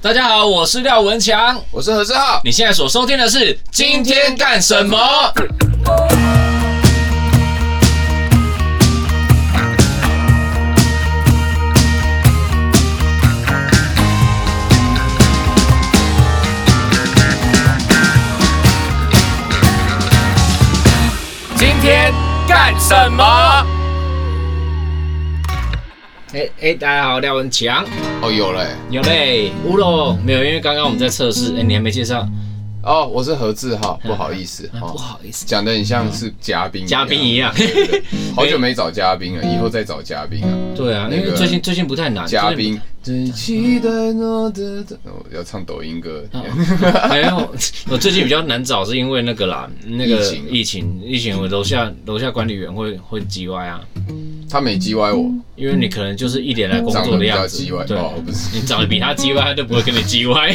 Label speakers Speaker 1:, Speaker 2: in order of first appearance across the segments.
Speaker 1: 大家好，我是廖文强。
Speaker 2: 我是何志浩。
Speaker 1: 你现在所收听的是《今天干什么》。
Speaker 2: 今天干什么？
Speaker 1: 哎哎、大家好，廖文强。
Speaker 2: 哦，有了欸。
Speaker 1: 有嘞，乌龙没有，因为刚刚我们在测
Speaker 2: 嗯
Speaker 1: 试。哎、你还没介绍，
Speaker 2: 哦，我是何志浩，不好意思，
Speaker 1: 嗯不
Speaker 2: 哦，
Speaker 1: 好意思，
Speaker 2: 讲的很像是嘉宾，
Speaker 1: 嘉宾一。样。 嗯
Speaker 2: 好久没找嘉宾了，以后再找嘉宾啊。
Speaker 1: 对啊，因为最近最近不太难。
Speaker 2: 嘉宾，
Speaker 1: 最近
Speaker 2: 期待我的的，哦要唱抖音歌。
Speaker 1: 不太没有，我最近比较难找，是因为那个啦，那个
Speaker 2: 疫情嗯
Speaker 1: 疫情，疫情，我楼下楼下管理员会会叽歪啊，
Speaker 2: 他没叽歪我，
Speaker 1: 因为你可能就是一脸来工
Speaker 2: 长
Speaker 1: 作
Speaker 2: 得
Speaker 1: 的
Speaker 2: 比较
Speaker 1: 样子
Speaker 2: 叽歪，。
Speaker 1: 对，
Speaker 2: 哦，不是，
Speaker 1: 你长得比他叽歪，他就不会跟你叽歪。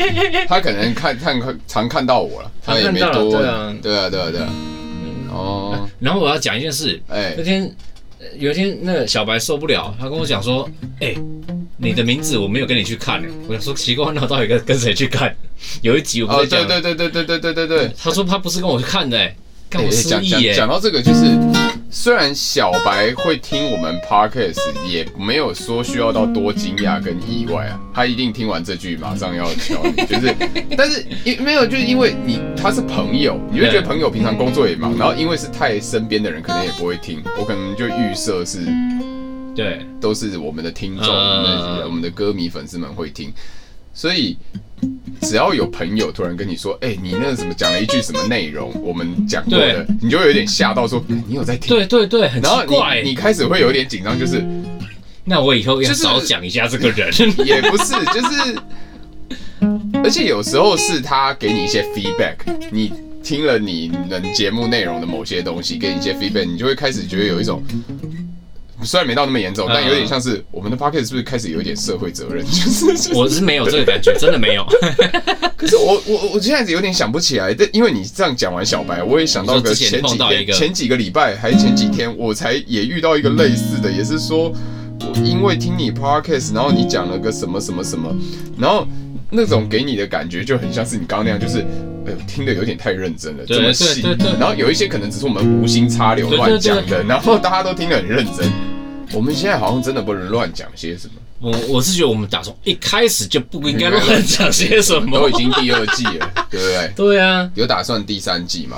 Speaker 2: 他可能看看看常看到 我了，他也没
Speaker 1: 常看到
Speaker 2: 多
Speaker 1: 了对
Speaker 2: 问
Speaker 1: 啊。嗯
Speaker 2: 对啊，对啊，对啊。哦，
Speaker 1: 然后我要讲一件事，
Speaker 2: 哎
Speaker 1: 那，天呃有一天那个小白受不了，他跟我讲说：“哎、你的名字我没有跟你去看、欸。”我想说奇怪，那我到底跟跟谁去看？有一集我不
Speaker 2: 哦，
Speaker 1: 是讲、
Speaker 2: 对对对对对对对对对。
Speaker 1: 他说他不是跟我去看的、欸，看我
Speaker 2: 欸
Speaker 1: 失
Speaker 2: 讲
Speaker 1: 忆
Speaker 2: 讲
Speaker 1: 耶、
Speaker 2: 讲到这个，就是虽然小白会听我们 podcast，也没有说需要到多惊讶跟意外啊，他一定听完这句马上要敲你，就是，但是因没有，就是因为你他是朋友，你会觉
Speaker 1: 对
Speaker 2: 得朋友平常工作也忙，然后因为是太身边的人，可能也不会听，我可能就预设是
Speaker 1: 对，
Speaker 2: 都是我们的听众，
Speaker 1: 嗯
Speaker 2: 我们的我们的歌迷粉丝们会听，所以只要有朋友突然跟你说，哎、你那个什么讲了一句什么内容，我们讲过的
Speaker 1: 对，
Speaker 2: 你就会有点吓到说，哎你有在听？
Speaker 1: 对对对，很
Speaker 2: 然后
Speaker 1: 奇怪、欸
Speaker 2: 你你开始会有点紧张，就是
Speaker 1: 那我以后要
Speaker 2: 就是
Speaker 1: 少讲一下这个人。
Speaker 2: 也不是，就是，而且有时候是他给你一些 feedback，你听了你们节目内容的某些东西，给你一些 feedback，你就会开始觉得有一种。虽然没到那么严重，但有点像是我们的 p o c k e t 是不是开始有一点社会责任？就是，就是
Speaker 1: 我是没有这个感觉，真的没有。
Speaker 2: 可是我我我现在有点想不起来，但因为你这样讲完小白，我也想到
Speaker 1: 你
Speaker 2: 个
Speaker 1: 说之前
Speaker 2: 前几
Speaker 1: 碰到一
Speaker 2: 天、
Speaker 1: 个
Speaker 2: 前几个礼拜还前几天，我才也遇到一个类似的，也是说我因为听你 podcast，然后你讲了个什么什么什么，然后那种给你的感觉就很像是你刚刚那样，就是。哎呦，听的有点太认真了，
Speaker 1: 对
Speaker 2: 这么细
Speaker 1: 对对对。
Speaker 2: 然后有一些可能只是我们无心插柳
Speaker 1: 对对
Speaker 2: 乱讲
Speaker 1: 对
Speaker 2: 的，然后大家都听得很认真。我们现在好像真的不能乱讲些什么。
Speaker 1: 我我是觉得我们打从一开始就不应该乱讲些什
Speaker 2: 都
Speaker 1: 么
Speaker 2: 已。经第二季了，对不 对？
Speaker 1: 对啊，
Speaker 2: 有打算第三季吗？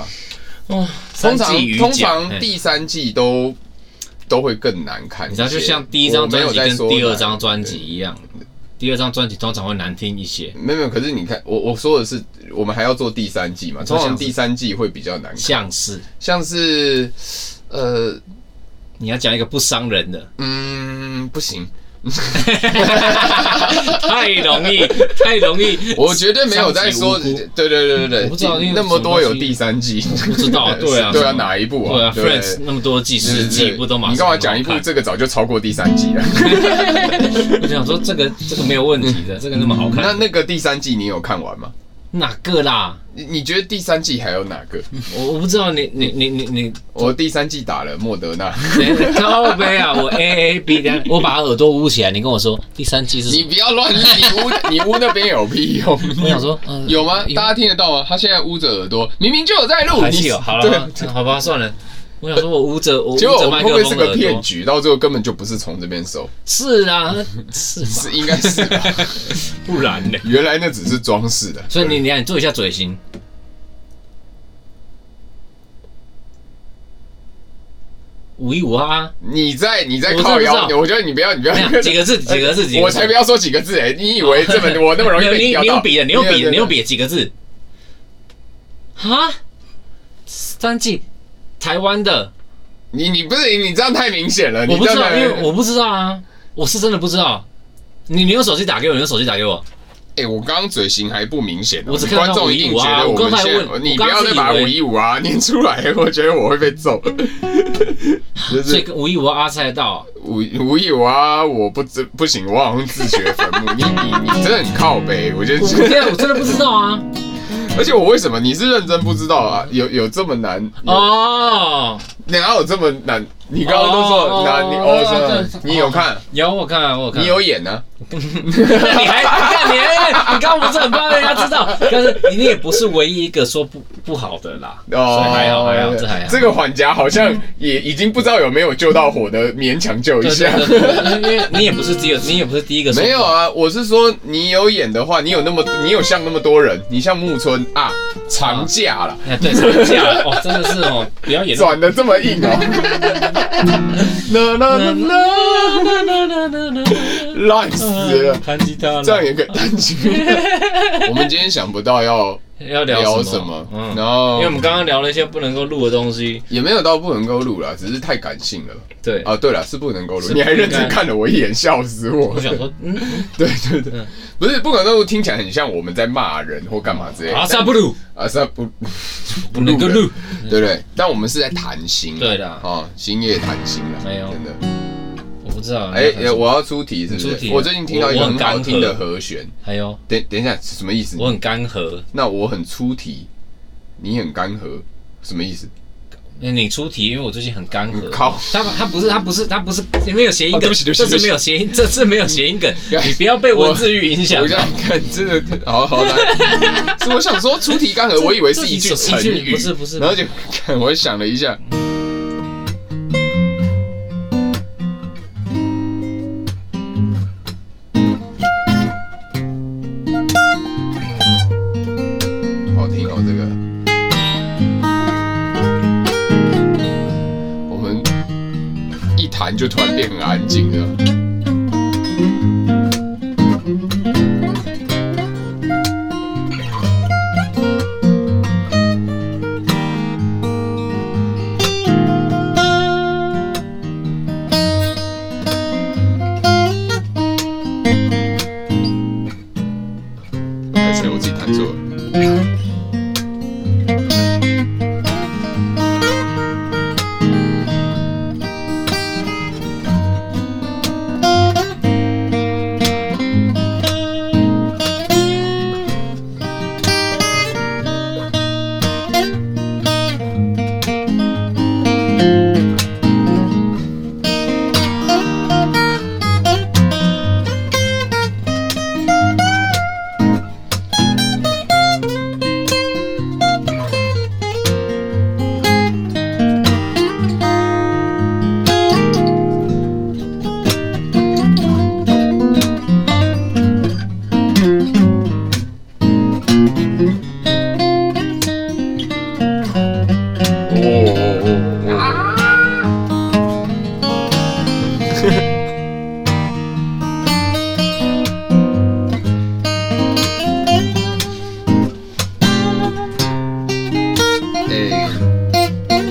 Speaker 1: 哇，
Speaker 2: 通
Speaker 1: 三
Speaker 2: 常
Speaker 1: 季余
Speaker 2: 通
Speaker 1: 奖
Speaker 2: 常
Speaker 1: 哎
Speaker 2: 第三季都都会更难看一
Speaker 1: 你知
Speaker 2: 些。
Speaker 1: 道，就像第一张专
Speaker 2: 我
Speaker 1: 辑
Speaker 2: 没有在
Speaker 1: 跟
Speaker 2: 说
Speaker 1: 第二
Speaker 2: 难
Speaker 1: 张专辑一样，第二张专辑通常会难听一些，
Speaker 2: 没有没有，可是你看，我我说的是，我们还要做第三季嘛？
Speaker 1: 说
Speaker 2: 通常
Speaker 1: 像是
Speaker 2: 第三季会比较难看，
Speaker 1: 像是
Speaker 2: 像是呃
Speaker 1: 你要讲一个不伤人的，
Speaker 2: 嗯不行，
Speaker 1: 太容易，太容易，
Speaker 2: 我绝对没有在说，
Speaker 1: 上集无辜
Speaker 2: 对对对对对，
Speaker 1: 我不知道因为
Speaker 2: 那么多
Speaker 1: 什么
Speaker 2: 有
Speaker 1: 东西
Speaker 2: 第三季，
Speaker 1: 不知 道，对啊，
Speaker 2: 对啊，
Speaker 1: 什么
Speaker 2: 哪一部
Speaker 1: 对
Speaker 2: 啊？
Speaker 1: 啊，Friends 那么多季，
Speaker 2: 对对
Speaker 1: 十季
Speaker 2: 对
Speaker 1: 不都马上？
Speaker 2: 你干嘛讲一部？这个早就超过第三季了。
Speaker 1: 我想说这个这个没有问题的，这个那么好
Speaker 2: 那
Speaker 1: 看，
Speaker 2: 那个第三季你有看完吗？
Speaker 1: 哪个啦？
Speaker 2: 你你觉得第三季还有哪 个？
Speaker 1: 我我不知道你你你你你
Speaker 2: 我第三季打了莫德纳，
Speaker 1: 你靠背啊！我 A A B 的，我把耳朵捂起来，你跟我说第三季是什
Speaker 2: 你
Speaker 1: 么？
Speaker 2: 不要乱， 你污你污那边有屁用？
Speaker 1: 我想说，呃
Speaker 2: 有吗？大家听得到吗？他现在捂着耳朵，明明就有在录，
Speaker 1: 还
Speaker 2: 你
Speaker 1: 是有，好
Speaker 2: 对
Speaker 1: 了，那好吧，算了。我想说，我捂着我捂
Speaker 2: 结果
Speaker 1: 着
Speaker 2: 我
Speaker 1: 麦
Speaker 2: 们会不
Speaker 1: 克
Speaker 2: 会是
Speaker 1: 风的
Speaker 2: 个
Speaker 1: 耳
Speaker 2: 骗
Speaker 1: 朵，
Speaker 2: 局？到最后根本就不是从这边收，
Speaker 1: 是 啊，是吧
Speaker 2: 是应该是 吧？
Speaker 1: 不然呢？
Speaker 2: 原来那只是装饰的。
Speaker 1: 所以你你看，你做一下嘴型，五一五啊，
Speaker 2: 你在你在
Speaker 1: 我知道
Speaker 2: 靠
Speaker 1: 我
Speaker 2: 腰
Speaker 1: 知，道
Speaker 2: 我觉得你不要你不
Speaker 1: 没
Speaker 2: 要
Speaker 1: 有几个 字，几个字，几个字，
Speaker 2: 我才不要说几个字哎！你以为这么我那么容易
Speaker 1: 没有
Speaker 2: 被
Speaker 1: 你
Speaker 2: 钓
Speaker 1: 你
Speaker 2: 啊到？
Speaker 1: 用笔的，你用
Speaker 2: 对
Speaker 1: 笔，
Speaker 2: 对
Speaker 1: 你用
Speaker 2: 对
Speaker 1: 笔，几个字？啊，三季，台湾的，
Speaker 2: 你你不是你这样太明显了，
Speaker 1: 我
Speaker 2: 你
Speaker 1: 不
Speaker 2: 这
Speaker 1: 知
Speaker 2: 样
Speaker 1: 道，
Speaker 2: 太
Speaker 1: 因为我不知道啊，我是真的不知道。你你用手机打给我，你用手机打给我，
Speaker 2: 哎、我刚刚嘴型还不明显哦，
Speaker 1: 我只看到
Speaker 2: 观众一定觉得
Speaker 3: 515啊
Speaker 2: 我们现
Speaker 1: 我刚才问
Speaker 2: 你
Speaker 1: 我
Speaker 2: 不
Speaker 1: 刚
Speaker 2: 要
Speaker 1: 刚是
Speaker 2: 再把
Speaker 1: 以
Speaker 2: 五
Speaker 1: 为
Speaker 2: 一五啊 念出来，我觉得我会被 揍。就
Speaker 1: 所以
Speaker 2: 是
Speaker 1: 跟五一五啊猜得到，
Speaker 2: 五五一五啊，我不知不行，我好像自掘坟墓。你你你真的很靠北，我觉
Speaker 1: 我
Speaker 2: 得。
Speaker 1: 天啊，我真的不知道啊。
Speaker 2: 而且我为什么你是认真不知道啊？有有这么难？有
Speaker 1: 哦，
Speaker 2: 哪有这么难？你刚刚都说
Speaker 1: 哦
Speaker 2: 哪你哦
Speaker 1: 这哦
Speaker 2: 是，你有看？
Speaker 1: 有我看啊，我有看啊，
Speaker 2: 你有演呢？
Speaker 1: 那你还你看你还你刚刚不是很怕人家知道，但是你也不是唯一一个说不不好的啦，所以还好还好，这还好。
Speaker 2: 哦这个缓夹好像也已经不知道有没有救到火的，勉强救一
Speaker 1: 对
Speaker 2: 下。
Speaker 1: 对对对，因为因为你也不是第一个，你也不是第一个说
Speaker 2: 没有啊，我是说你有演的话，你有那么你有像那么多人，你像木村啊，长 假了，
Speaker 1: 哎，对，吵架了哦，真的是哦，不要演 那么
Speaker 2: 转的这么 硬哦。啦啦啦啦，烂死了，
Speaker 1: 弹嗯吉他了，
Speaker 2: 这样也可以单 曲。我们今天想不到要
Speaker 1: 要
Speaker 2: 聊
Speaker 1: 聊
Speaker 2: 什
Speaker 1: 什
Speaker 2: 么
Speaker 1: 么？，嗯，因
Speaker 2: 然后
Speaker 1: 为我们刚刚聊了一些不能够录的东西，
Speaker 2: 也没有到不能够录了，只是太感性了。
Speaker 1: 对，
Speaker 2: 啊，对了，是不能够录，
Speaker 1: 嗯是
Speaker 2: 你还
Speaker 1: 不应
Speaker 2: 认真
Speaker 1: 该
Speaker 2: 看了我一眼，笑死我
Speaker 1: 我。想说，嗯，
Speaker 2: 对对对，不是不可能，听起来很像我们在骂人或干嘛之类的。
Speaker 1: 阿萨布鲁
Speaker 2: 啊，是啊不，
Speaker 1: 不能够
Speaker 2: 录
Speaker 1: 录，
Speaker 2: 对不对？但我们是在谈心啊，
Speaker 1: 对的
Speaker 2: 哦，星夜谈心了，
Speaker 1: 没有
Speaker 2: 真的。
Speaker 1: 我不知道。
Speaker 2: 哎、哎我要出题是不
Speaker 1: 你
Speaker 2: 是
Speaker 1: 出？题啊
Speaker 2: 我最近听到一个
Speaker 1: 我我
Speaker 2: 很
Speaker 1: 很
Speaker 2: 好
Speaker 1: 干
Speaker 2: 听的
Speaker 1: 涸
Speaker 2: 和弦，
Speaker 1: 还有
Speaker 2: 等等一下什么意思？
Speaker 1: 我很干涸，
Speaker 2: 那我很出题，你很干涸，什么意思？
Speaker 1: 那哎你出题，因为我最近很干涸。
Speaker 2: 靠
Speaker 1: 他他不是他不是他不是没有谐音
Speaker 2: 哦对
Speaker 1: 梗，
Speaker 2: 不起对不起
Speaker 1: 这次没有谐音， 这次没有谐音梗，
Speaker 2: 对
Speaker 1: 你不要被文字狱影响
Speaker 2: 我。想看，真的好好 来，是我想说出题干涸，我以为是一句成
Speaker 1: 这一
Speaker 2: 语，
Speaker 1: 句不是不是
Speaker 2: 然后就看，我想了一下，好听哦，这个。我们一弹就突然变很安静了。还是我自己弹错了。哦哦哦哦哦！哎，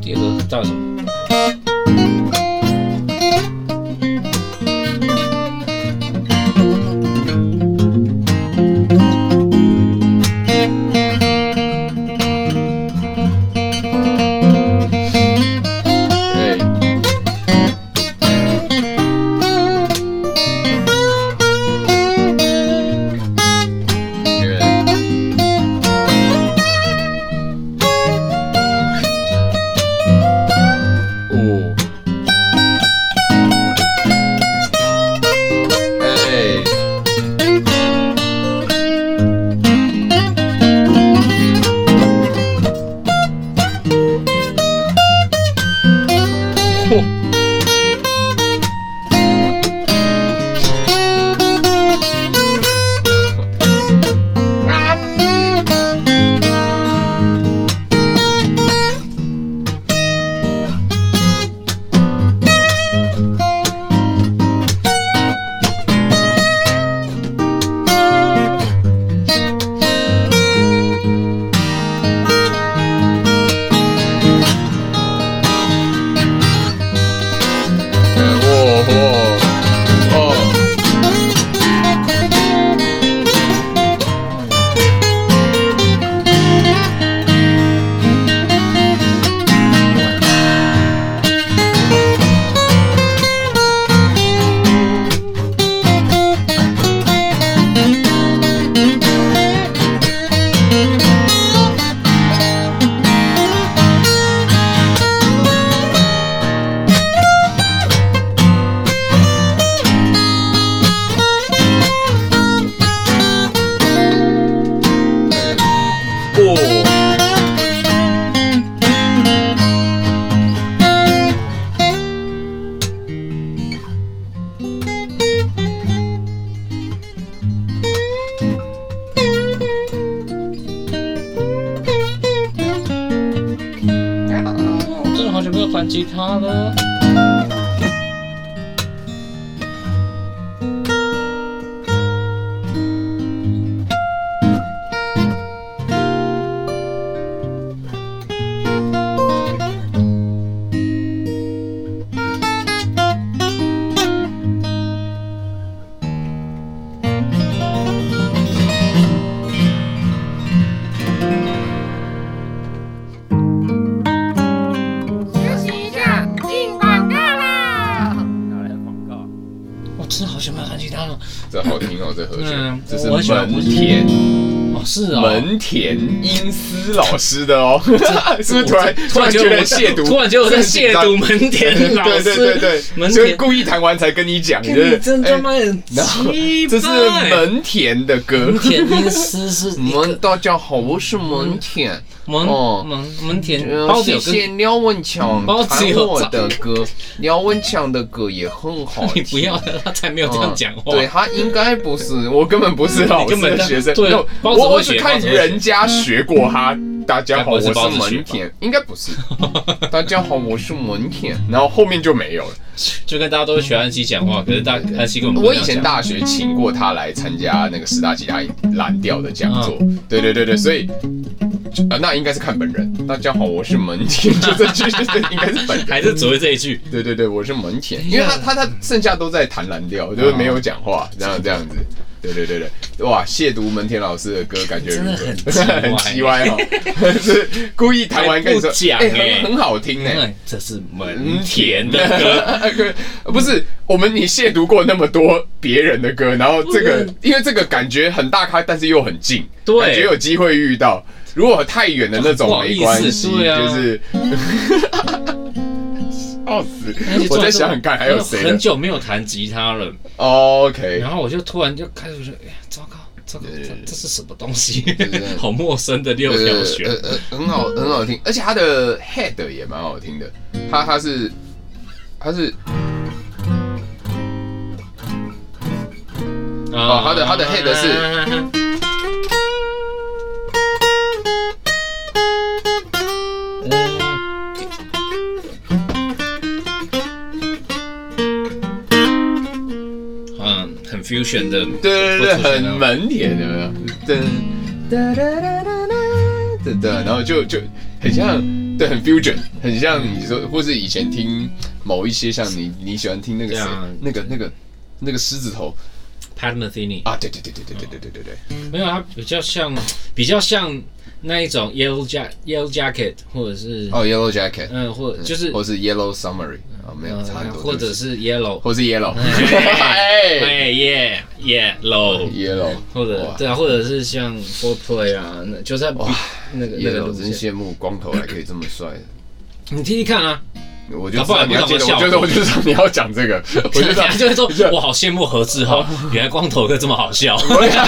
Speaker 1: 第二个到底什么？
Speaker 2: 哎，哦哎呃哦哦
Speaker 1: 全部要弹吉他了。
Speaker 3: 休息一下，进广告啦！
Speaker 4: 哪来的广告？
Speaker 1: 我真的好想买弹吉他了。
Speaker 2: 这好听哦，这和弦
Speaker 1: 嗯，
Speaker 2: 这是
Speaker 1: 我很喜欢
Speaker 2: 门田
Speaker 1: 哦，是哦。
Speaker 2: 门田英司老师 的哦，是不是突然
Speaker 1: 我突然
Speaker 2: 觉
Speaker 1: 觉
Speaker 2: 得
Speaker 1: 得我
Speaker 2: 很亵渎？
Speaker 1: 突然觉得我在亵渎门田老
Speaker 2: 对
Speaker 1: 师。
Speaker 2: 对对对，
Speaker 1: 门
Speaker 2: 所以
Speaker 1: 田，
Speaker 2: 故意弹完才跟你讲，就是
Speaker 1: 你真
Speaker 2: 哎
Speaker 1: 他妈很
Speaker 2: 然后
Speaker 1: 鸡
Speaker 2: 这是
Speaker 1: 掰
Speaker 2: 门田的歌
Speaker 1: 门。田英司是一个
Speaker 2: 大家好，我是门田。
Speaker 1: 门
Speaker 2: 哦
Speaker 1: 门门田
Speaker 2: 呃
Speaker 1: 包子有跟嗯
Speaker 2: 廖文强
Speaker 1: 包子有
Speaker 2: 歌，廖文强的歌也很好
Speaker 1: 你不要，他才没有 这样讲话。
Speaker 2: 哦对他应该不是，我根本不是老师
Speaker 1: 根本
Speaker 2: 的学生，
Speaker 1: 对
Speaker 2: no，
Speaker 1: 包子
Speaker 2: 我我
Speaker 1: 会
Speaker 2: 只
Speaker 1: 学
Speaker 2: 看
Speaker 1: 包子会学
Speaker 2: 人家学过他。大家好，我
Speaker 1: 该不会是 包
Speaker 2: 是
Speaker 1: 子学
Speaker 2: 门田，应该不是。大家好，我是门田，然后后面就没有 了。
Speaker 1: 就跟大家都会学安西讲话，可是大安西根本不
Speaker 2: 嗯我
Speaker 1: 会这
Speaker 2: 以
Speaker 1: 样
Speaker 2: 前
Speaker 1: 讲
Speaker 2: 大学请过他来参加那个十大吉他蓝调的讲座，
Speaker 1: 嗯
Speaker 2: 对对对对，所以啊、那应该是看本人。大家好，我是门 田，就这句就是应该是本人。
Speaker 1: 还是只会这一句。
Speaker 2: 对对对，我是门田，因为他他他剩下都在谈蓝调，就是没
Speaker 1: 哦
Speaker 2: 有讲话，这样这样子。对对对对，哇！亵渎门田老师的歌，感觉如何
Speaker 1: 真 的很
Speaker 2: 奇怪哦， 是故意弹完跟你说，
Speaker 1: 还不讲
Speaker 2: 哎
Speaker 1: 欸
Speaker 2: 很很好听呢、
Speaker 1: 那这是门田的歌，
Speaker 2: 不是我们你亵渎过那么多别人的歌，然后这个因为这个感觉很大咖，但是又很近，
Speaker 1: 嗯对
Speaker 2: 感觉有机会遇到。如果太远的那
Speaker 1: 不
Speaker 2: 种
Speaker 1: 好意
Speaker 2: 没
Speaker 1: 思
Speaker 2: 关系，
Speaker 1: 对啊
Speaker 2: 就是笑死
Speaker 1: 而且！ 重
Speaker 2: 我在
Speaker 1: 点是
Speaker 2: 想想看，还有谁
Speaker 1: 很
Speaker 2: 的
Speaker 1: 久没有弹吉他了，
Speaker 2: ？OK，
Speaker 1: 然后我就突然就开始觉得，哎呀，糟糕，糟糕，这这是什么东西
Speaker 2: 对？
Speaker 1: 好陌生的六条弦。
Speaker 2: 呃呃，很好，很好听，而且他的 head 也蛮好听的，他他是他是
Speaker 1: 啊
Speaker 2: 哦他的他的 head
Speaker 1: 是。嗯，很 fusion 的，
Speaker 2: 对对对，
Speaker 1: 不出现
Speaker 2: 很
Speaker 1: 了
Speaker 2: 门田，有没有？噔哒哒哒哒哒噔噔，然后就就很像，对，很 fusion，很像你说，或是以前听某一些像你你喜欢听那个
Speaker 1: 对
Speaker 2: 谁
Speaker 1: 啊，
Speaker 2: 那个那个那个狮子头
Speaker 1: Pat Metheny
Speaker 2: 啊，对对对对对对对对对对，
Speaker 1: 没有，它比较像，比较像那一种 Yellow Jack Yellow Jacket，或者是
Speaker 2: 哦，Yellow Jacket，
Speaker 1: 嗯，或者就是
Speaker 2: 或是 Yellow Summary，啊，没有
Speaker 1: 呃
Speaker 2: 差很多，
Speaker 1: 或者是 Yellow，
Speaker 2: 或是 Yellow，哎
Speaker 1: 哎耶 Yellow，
Speaker 2: ，Yellow，
Speaker 1: 或
Speaker 2: 哇
Speaker 1: 者对啊，或者是像 Four Play 啊，那就是在比那个那个
Speaker 2: Yellow，
Speaker 1: 路
Speaker 2: 真
Speaker 1: 线，
Speaker 2: 羡慕光头还可以这么帅。
Speaker 1: 你听听看啊，
Speaker 2: 我就
Speaker 1: 搞
Speaker 2: 知
Speaker 1: 不好
Speaker 2: 道你要
Speaker 1: 还不
Speaker 2: 接着，
Speaker 1: 懂
Speaker 2: 我
Speaker 1: 得效果
Speaker 2: 就是我就知道你要讲这个，我就知道哦
Speaker 1: 他 就会说，我好羡慕何志浩，原来光头哥这么好 笑。
Speaker 2: 我跟你讲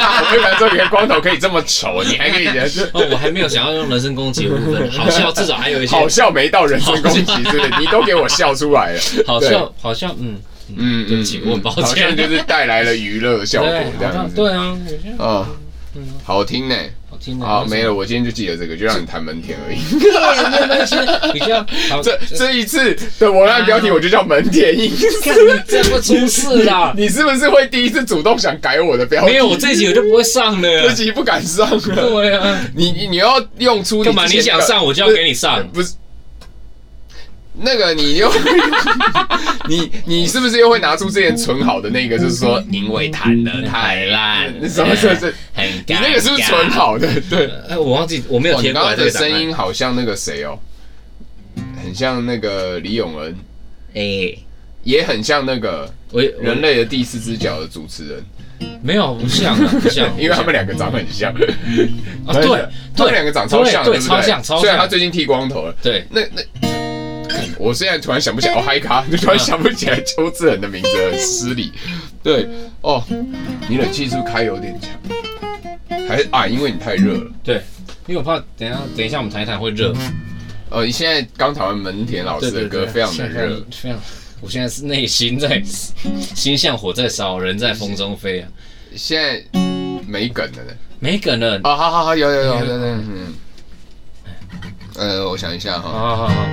Speaker 2: 说，你的光头可以这么丑，你还可以这样子
Speaker 1: 哦，我还没有想要用人身攻击的部分，好笑至少还有一些
Speaker 2: 好笑没到人身攻击之类，你都给我笑出来了。
Speaker 1: 好笑，好像嗯，
Speaker 2: 嗯，嗯
Speaker 1: 对不起我很抱歉
Speaker 2: 好像就是带来了娱乐效果
Speaker 1: 对，
Speaker 2: 这
Speaker 1: 好
Speaker 2: 样
Speaker 1: 像
Speaker 2: 子。
Speaker 1: 对啊，有些
Speaker 2: 啊，
Speaker 1: 嗯
Speaker 2: 好听呢。
Speaker 1: 好听的。
Speaker 2: 好，没了，我今天就记得这个，就让你弹门田而已。
Speaker 1: 比 较好。
Speaker 2: 这这一次的文案标题我就叫门田音。！
Speaker 1: 看你这样会出事啦
Speaker 2: 你是不是会第一次主动想改我的标题？
Speaker 1: 没有，我这一集我就不会上
Speaker 2: 自
Speaker 1: 了。
Speaker 2: 己不敢上了。
Speaker 1: 对啊，
Speaker 2: 你你你要用出
Speaker 1: 干嘛
Speaker 2: 之
Speaker 1: 你
Speaker 2: 前
Speaker 1: 想
Speaker 2: 的
Speaker 1: 上我就要给你上？
Speaker 2: 不是。那个 你又，你你是不是又会拿出之前存好的那个，就是说因为弹的太烂，什么什么是？
Speaker 1: 啊很
Speaker 2: 你
Speaker 1: 尴尬
Speaker 2: 那个是不是存？好的？ 对，
Speaker 1: 哎，我忘记我没有
Speaker 2: 哦，你
Speaker 1: 填
Speaker 2: 刚
Speaker 1: 过来
Speaker 2: 刚
Speaker 1: 这
Speaker 2: 的
Speaker 1: 个档案
Speaker 2: 声。音好像那个谁哦，很像那个李永恩，
Speaker 1: 哎，
Speaker 2: 也很像那个
Speaker 1: 我
Speaker 2: 《人
Speaker 1: 人
Speaker 2: 类的第四只脚》的主持人，
Speaker 1: 没有不像啊， 不像，
Speaker 2: 因为他们两个长很像。
Speaker 1: 啊对对
Speaker 2: 他们两个长超像，
Speaker 1: 对
Speaker 2: 不
Speaker 1: 对
Speaker 2: 对？
Speaker 1: 超像超像
Speaker 2: 虽然他最近剃光头了，
Speaker 1: 对
Speaker 2: 那那，我现在突然想不起来，哦嗨咖，就突然想不起来邱志恒的名字，很失礼。对，哦，你冷气是不是开有点强？还是啊，因为你太热了。
Speaker 1: 对，因为我怕等一下等一下我们谈一谈会热。
Speaker 2: 呃，你现在刚讨完门田老
Speaker 1: 对
Speaker 2: 师
Speaker 1: 对
Speaker 2: 的
Speaker 1: 对，
Speaker 2: 歌，非常的
Speaker 1: 现在
Speaker 2: 热。
Speaker 1: 非常。我现在是内心在，心像火在烧，人在风中飞啊！
Speaker 2: 现在没梗了呢。
Speaker 1: 没梗了，
Speaker 2: 哦，好好好，有有有，对对，嗯。呃，我想一下哈，
Speaker 1: 好好好，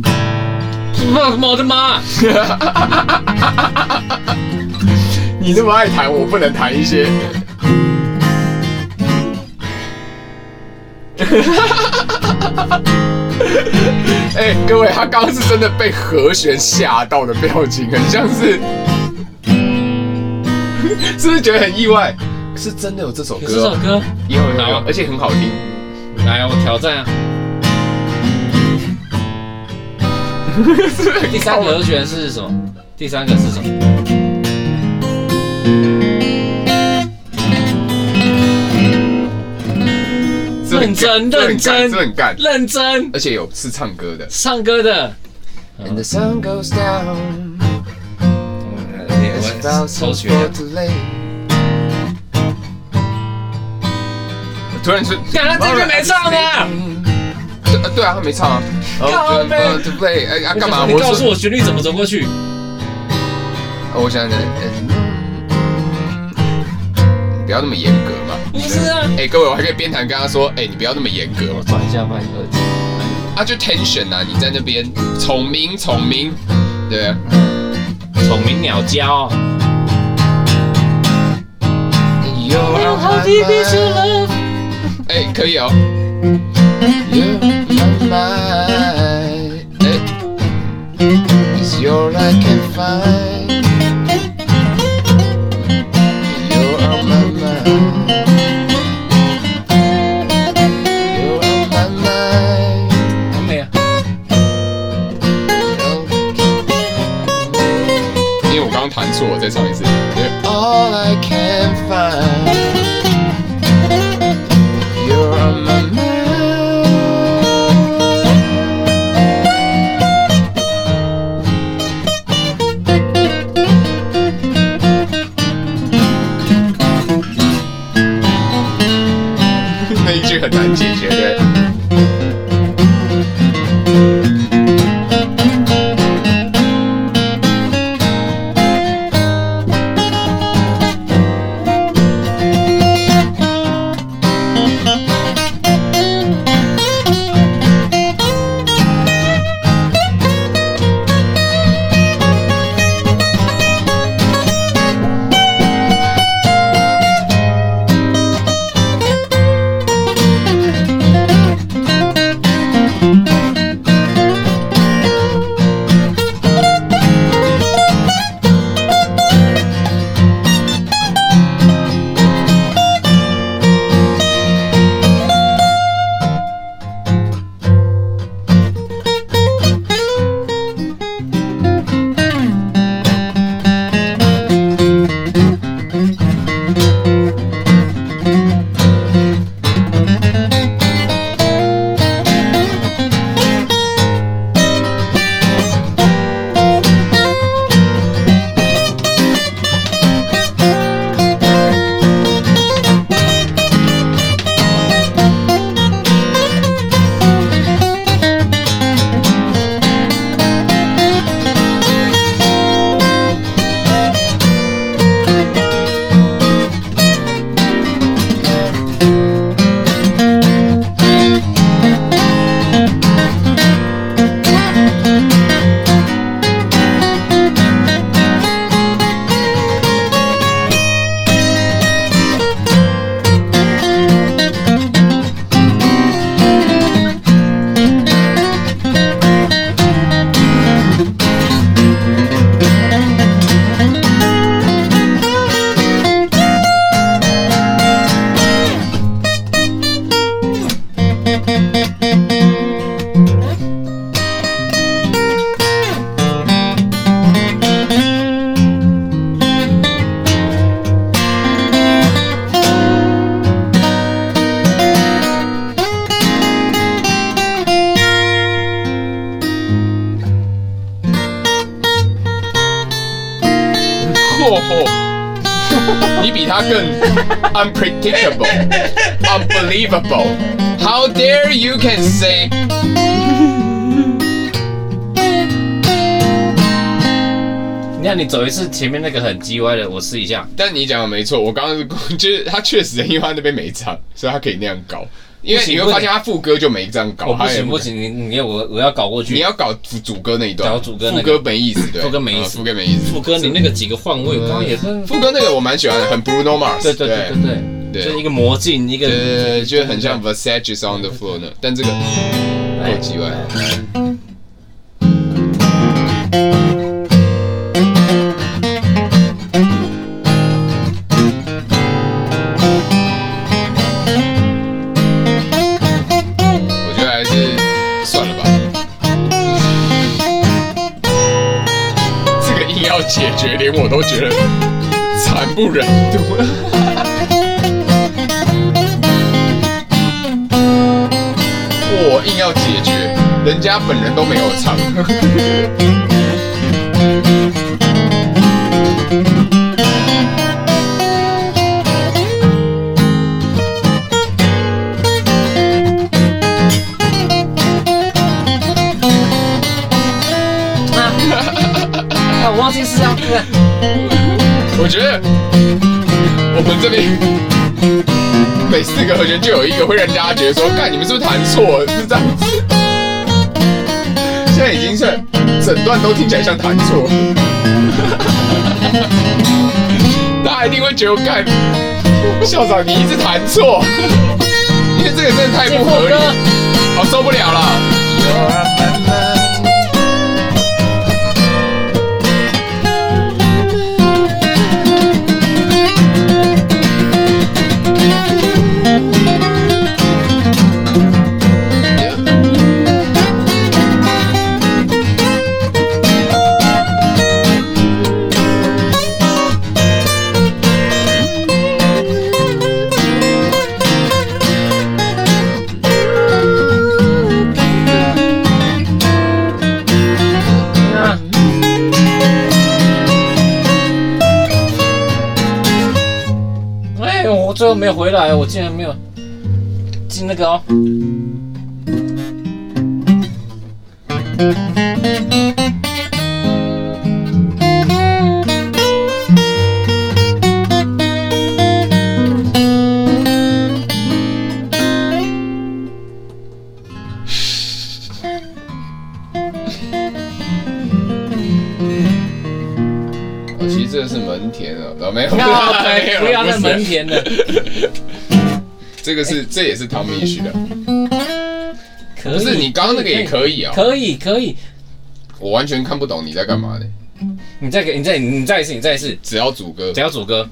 Speaker 1: 操什么我的妈！
Speaker 2: 你那么爱弹，我不能弹一些。 哎、各位，他刚刚是真的被和弦吓到的表情，很像是， 是不是觉得很意外？是真的有这首
Speaker 1: 有这首
Speaker 2: 歌、哦，
Speaker 1: 歌，
Speaker 2: 有有有
Speaker 1: 好
Speaker 2: 有
Speaker 1: 啊，
Speaker 2: 而且很好听。
Speaker 1: 来啊，我挑战啊！
Speaker 2: 是不是很
Speaker 1: 第三
Speaker 2: 高
Speaker 1: 个和弦是什么？第三个是什么？
Speaker 2: 是不是很
Speaker 1: 认
Speaker 2: 干
Speaker 1: 真认真
Speaker 2: 是不是很干，
Speaker 1: 认真
Speaker 2: 而且有是唱歌的。
Speaker 1: 唱歌的。
Speaker 2: And the sun goes down,
Speaker 1: 我抽血。
Speaker 2: 突然是，
Speaker 1: 干他这就没唱啊！
Speaker 2: 对对啊，他没唱啊。
Speaker 1: 靠背
Speaker 2: Oh, to play，哎啊，干嘛？
Speaker 1: 你告诉
Speaker 2: 说，
Speaker 1: 我旋律怎么走过去？
Speaker 2: 哦我想想，哎不要那么严格嘛。
Speaker 1: 不是啊。
Speaker 2: 哎，各位，我还可以边弹跟他说，哎，你不要那么严格嘛
Speaker 1: 我。转一下麦克机。
Speaker 2: 啊，就 tension 啊，你在那边丛明丛明，对啊。
Speaker 1: 虫鸣鸟叫。
Speaker 2: You are my mind 哎，可以哦。You are my- 哎 It's your I can find. You are my mind. You are my mind.
Speaker 1: 没有。
Speaker 2: 因为我刚刚弹错，我再唱一次。You're all I can find. You're on my mind. 那一句很难解决的。嚯嚯！你比他更 unpredictable, unbelievable. How dare you can say？
Speaker 1: 你看你走一次前面那个很叽歪的，我试一下。
Speaker 2: 但你讲的没错，我刚刚是就是他确实因为他那边没唱，所以他可以那样搞。因为你会发现他副歌就没这样搞，
Speaker 1: 我不
Speaker 2: 他也
Speaker 1: 行不行，你你要我我要搞过去。
Speaker 2: 你要搞主主歌那一段，
Speaker 1: 搞主歌那
Speaker 2: 副
Speaker 1: 个
Speaker 2: 歌没意思，对，
Speaker 1: 副歌没意思
Speaker 2: 嗯副歌没意思，
Speaker 1: 副歌你那个几个换位，我刚刚也是。
Speaker 2: 副歌那个我蛮喜欢的，很 Bruno Mars，
Speaker 1: 对对对对对。
Speaker 2: 对
Speaker 1: 就是一个魔镜，一个
Speaker 2: 呃，就是很像 Versace is on the floor 呢，但这个够
Speaker 1: 哎
Speaker 2: 奇怪。我觉得还是算了吧。这个硬要解决，连我都觉得惨不忍睹了。我硬要解决，人家本人都没有唱。
Speaker 1: 啊，我忘记是啊，对
Speaker 2: 我觉得我们这边每四个和弦就有一个会让大家觉得说，干你们是不是弹错了？是这样子。现在已经是整段都听起来像弹错， 大家一定会觉得干校长你一直弹错，因为这个真的太不合理，我、受不了了。
Speaker 1: 啊，哎，我最后没有回来，我竟然没有进那个哦。
Speaker 2: 哦其实这是门田啊，哦没有，
Speaker 1: 啊
Speaker 2: 没有，
Speaker 1: 不要那
Speaker 2: 是
Speaker 1: 门田的，
Speaker 2: 这个是这也是唐明旭的，
Speaker 1: 可
Speaker 2: 不是
Speaker 1: 以
Speaker 2: 你刚刚那个也可以啊、
Speaker 1: 哎可以可以，
Speaker 2: 我完全看不懂你在干嘛呢。
Speaker 1: 你再给你再你再一次你再一次，
Speaker 2: 只要主歌
Speaker 1: 只，要主歌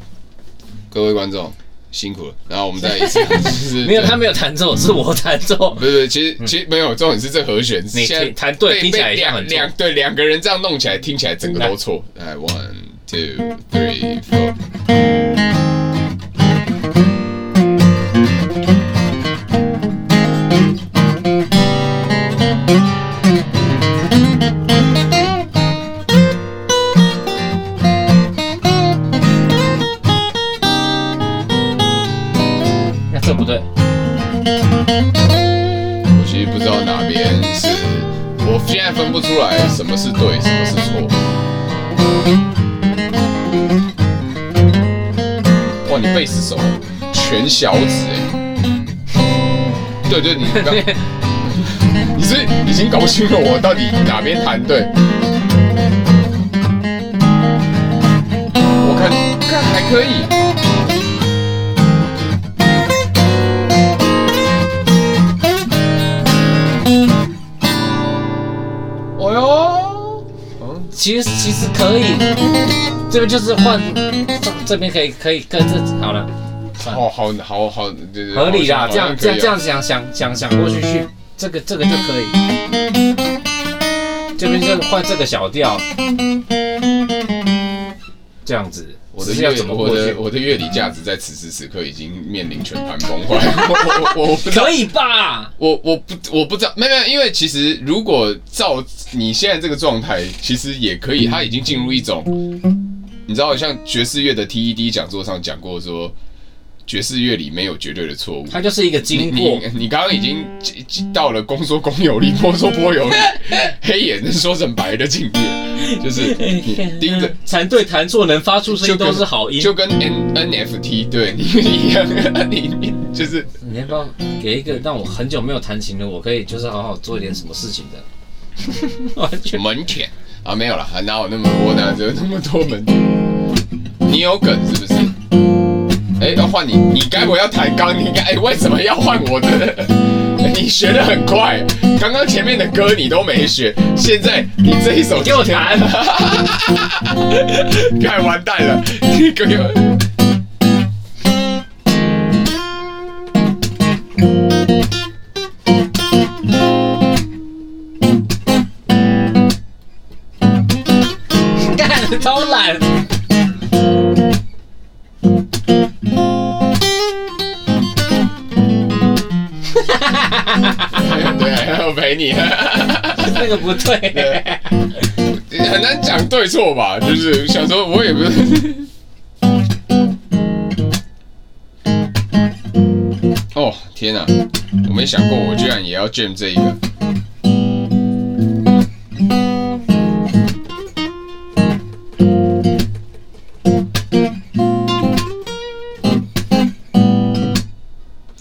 Speaker 2: 各位观众辛苦了，然后我们再一 次，就是
Speaker 1: 没有他没有弹奏，是我弹奏
Speaker 2: 不。是不是，其实其实没有，重点是这和弦，
Speaker 1: 你
Speaker 2: 现在
Speaker 1: 听弹对
Speaker 2: 被
Speaker 1: 听起来
Speaker 2: 被
Speaker 1: 像
Speaker 2: 两
Speaker 1: 很错
Speaker 2: 两对两个人这样弄起来，听起来整个都错。哎，one two three four。
Speaker 1: 那这不对，
Speaker 2: 我其实不知道哪边是，我现在分不出来什么是对，什么是错。哇，你贝斯手全小指哎、对对，你刚，你是已经搞不清楚我到底哪边弹对。我看，看还可以。哦哟，嗯，
Speaker 1: 其实其实可以，这边就是换，这这边可以可以跟这好了，算了
Speaker 2: 好好好好，对对，
Speaker 1: 合理
Speaker 2: 好
Speaker 1: 啦，
Speaker 2: 像
Speaker 1: 这样这
Speaker 2: 好像可以
Speaker 1: 样
Speaker 2: 啊
Speaker 1: 这样想想想想过去去，这个这个就可以。这边就换这个小调，这样子，
Speaker 2: 我的
Speaker 1: 只是
Speaker 2: 乐
Speaker 1: 要怎么
Speaker 2: 我
Speaker 1: 过去
Speaker 2: 的？我的乐理价值在此时此刻已经面临全盘崩坏。 我我我我不知道
Speaker 1: 可，以吧？
Speaker 2: 我我不我不知道，没有没有，因为其实如果照你现在这个状态，其实也可以，它已经进入一种，你知道，像爵士乐的 TED 讲座上讲过说，爵士乐里没有绝对的错误。
Speaker 1: 它就是一个
Speaker 2: 你
Speaker 1: 经过
Speaker 2: 你，你刚刚已经进进到了公说公有理，婆说婆有理，黑眼能说成白的境界。就是你盯着，
Speaker 1: 蝉对弹错能发出声
Speaker 2: 就
Speaker 1: 音
Speaker 2: 跟
Speaker 1: 都是好音。
Speaker 2: 就跟 N NFT 对你一样，你你就是
Speaker 1: 你要不要给一个让我很久没有弹琴的，我可以就是好好做一点什么事情的？完全
Speaker 2: 门前啊，没有了，哪有那么多呢？就那么多门前？你有梗是不是？哎、要换你，你该不会要弹钢？你该、哎为什么要换我的？你学的很快，刚刚前面的歌你都没学，现在你这一首
Speaker 1: 你给我弹，
Speaker 2: 该完蛋了，你给我。
Speaker 1: 干超懒。
Speaker 2: 对，我陪你。
Speaker 1: 那个不对，
Speaker 2: 很难讲对错吧？就是想说，我也不是。哦，天哪、我没想过，我居然也要 jam 这一个。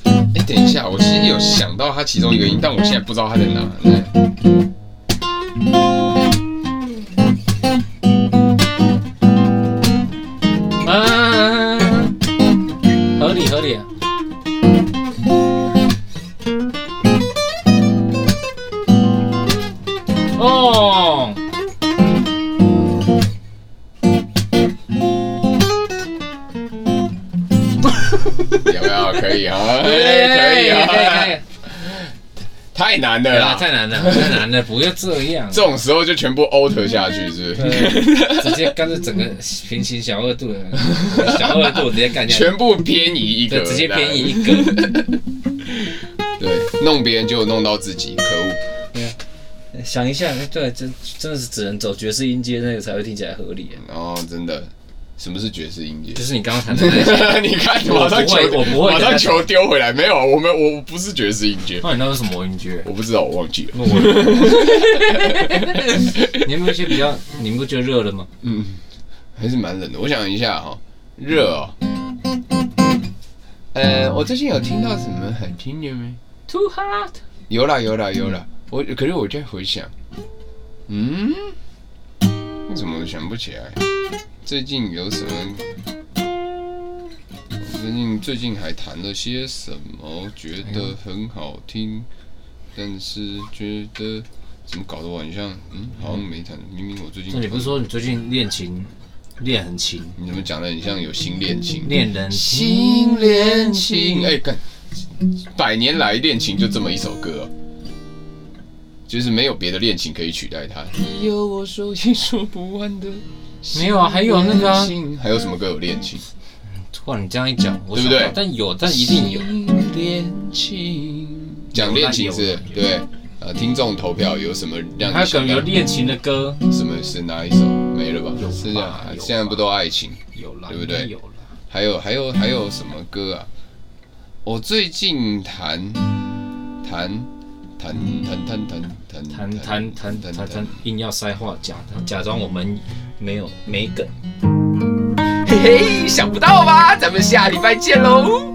Speaker 2: 哎，等一下，我其实有想到它其中一个音，但我现在不知道它在哪。来
Speaker 1: 啊，合理合理、啊。哦，
Speaker 2: 有没有？可以啊，可
Speaker 1: 哎可
Speaker 2: 以
Speaker 1: 以可以
Speaker 2: 啊，。太难了
Speaker 1: 对啦，
Speaker 2: 啦！
Speaker 1: 太难了，太难了，不要这样
Speaker 2: 这，种时候就全部 alter 下去，是不是？
Speaker 1: 直接干脆整个平行小二度了，小二度直接干下去，
Speaker 2: 全部偏移一
Speaker 1: 对
Speaker 2: 个，，
Speaker 1: 直接偏移。一个。
Speaker 2: 对，弄别人就弄到自己，可恶！
Speaker 1: 想一下，对，真真的是只能走爵士音阶那个才会听起来合理。
Speaker 2: 然后哦真的，什么是爵士音阶
Speaker 1: 就？是你刚刚弹的那些，
Speaker 2: 你看，
Speaker 1: 我
Speaker 2: 马上球，
Speaker 1: 我不会
Speaker 2: 马上
Speaker 1: 的
Speaker 2: 球丢回来。没有，我们我我不是爵士音阶，
Speaker 1: 那你那是什么音阶？
Speaker 2: 我不知道，我忘记了。
Speaker 1: 那我你有没有一些比较？你们不觉得热了吗？
Speaker 2: 嗯，还是蛮冷的。我想一下哈、热哦。呃，我最近有听到什么很听的没？
Speaker 1: Too hot。
Speaker 2: 有啦有啦有啦，我可是我在回想，嗯，为什么我想不起来？最近有什么？我最近最近还弹了些什么？觉得很好
Speaker 1: 哎
Speaker 2: 听，但是觉得怎么搞得我很像，嗯，好像没弹。明明我最近
Speaker 1: 那你不是说你最近练琴，练很勤，
Speaker 2: 你怎么讲的很像有新恋情？
Speaker 1: 练人嗯
Speaker 2: 新恋情，哎、干，百年来恋情就这么一首歌、哦，就是没有别的恋情可以取代它。你有我说也说不完的
Speaker 1: 没有啊？还有那个、啊，
Speaker 2: 情，还有什么歌有恋情？
Speaker 1: 突然你这样一讲，我
Speaker 2: 对不
Speaker 1: 想到
Speaker 2: 对
Speaker 1: 但有，但一定有。
Speaker 2: 新恋情，讲恋情是
Speaker 1: 有
Speaker 2: 对。呃，听众投票有什么让
Speaker 1: 还
Speaker 2: 你
Speaker 1: 有个
Speaker 2: 想
Speaker 1: 有
Speaker 2: 到？
Speaker 1: 练琴的歌，
Speaker 2: 什么是哪一首？没了吧
Speaker 1: 有？吧
Speaker 2: 是这样啊，
Speaker 1: 有
Speaker 2: 现在
Speaker 1: 吧
Speaker 2: 不都爱情？
Speaker 1: 有了，
Speaker 2: 对不对
Speaker 1: 应该有了。
Speaker 2: 还有还有还有什么歌啊？我最近弹弹弹弹弹弹弹
Speaker 1: 弹弹弹弹弹，硬要塞话假的，假装我们没有没梗。
Speaker 2: 嘿嘿，想不到吧？咱们下礼拜见喽。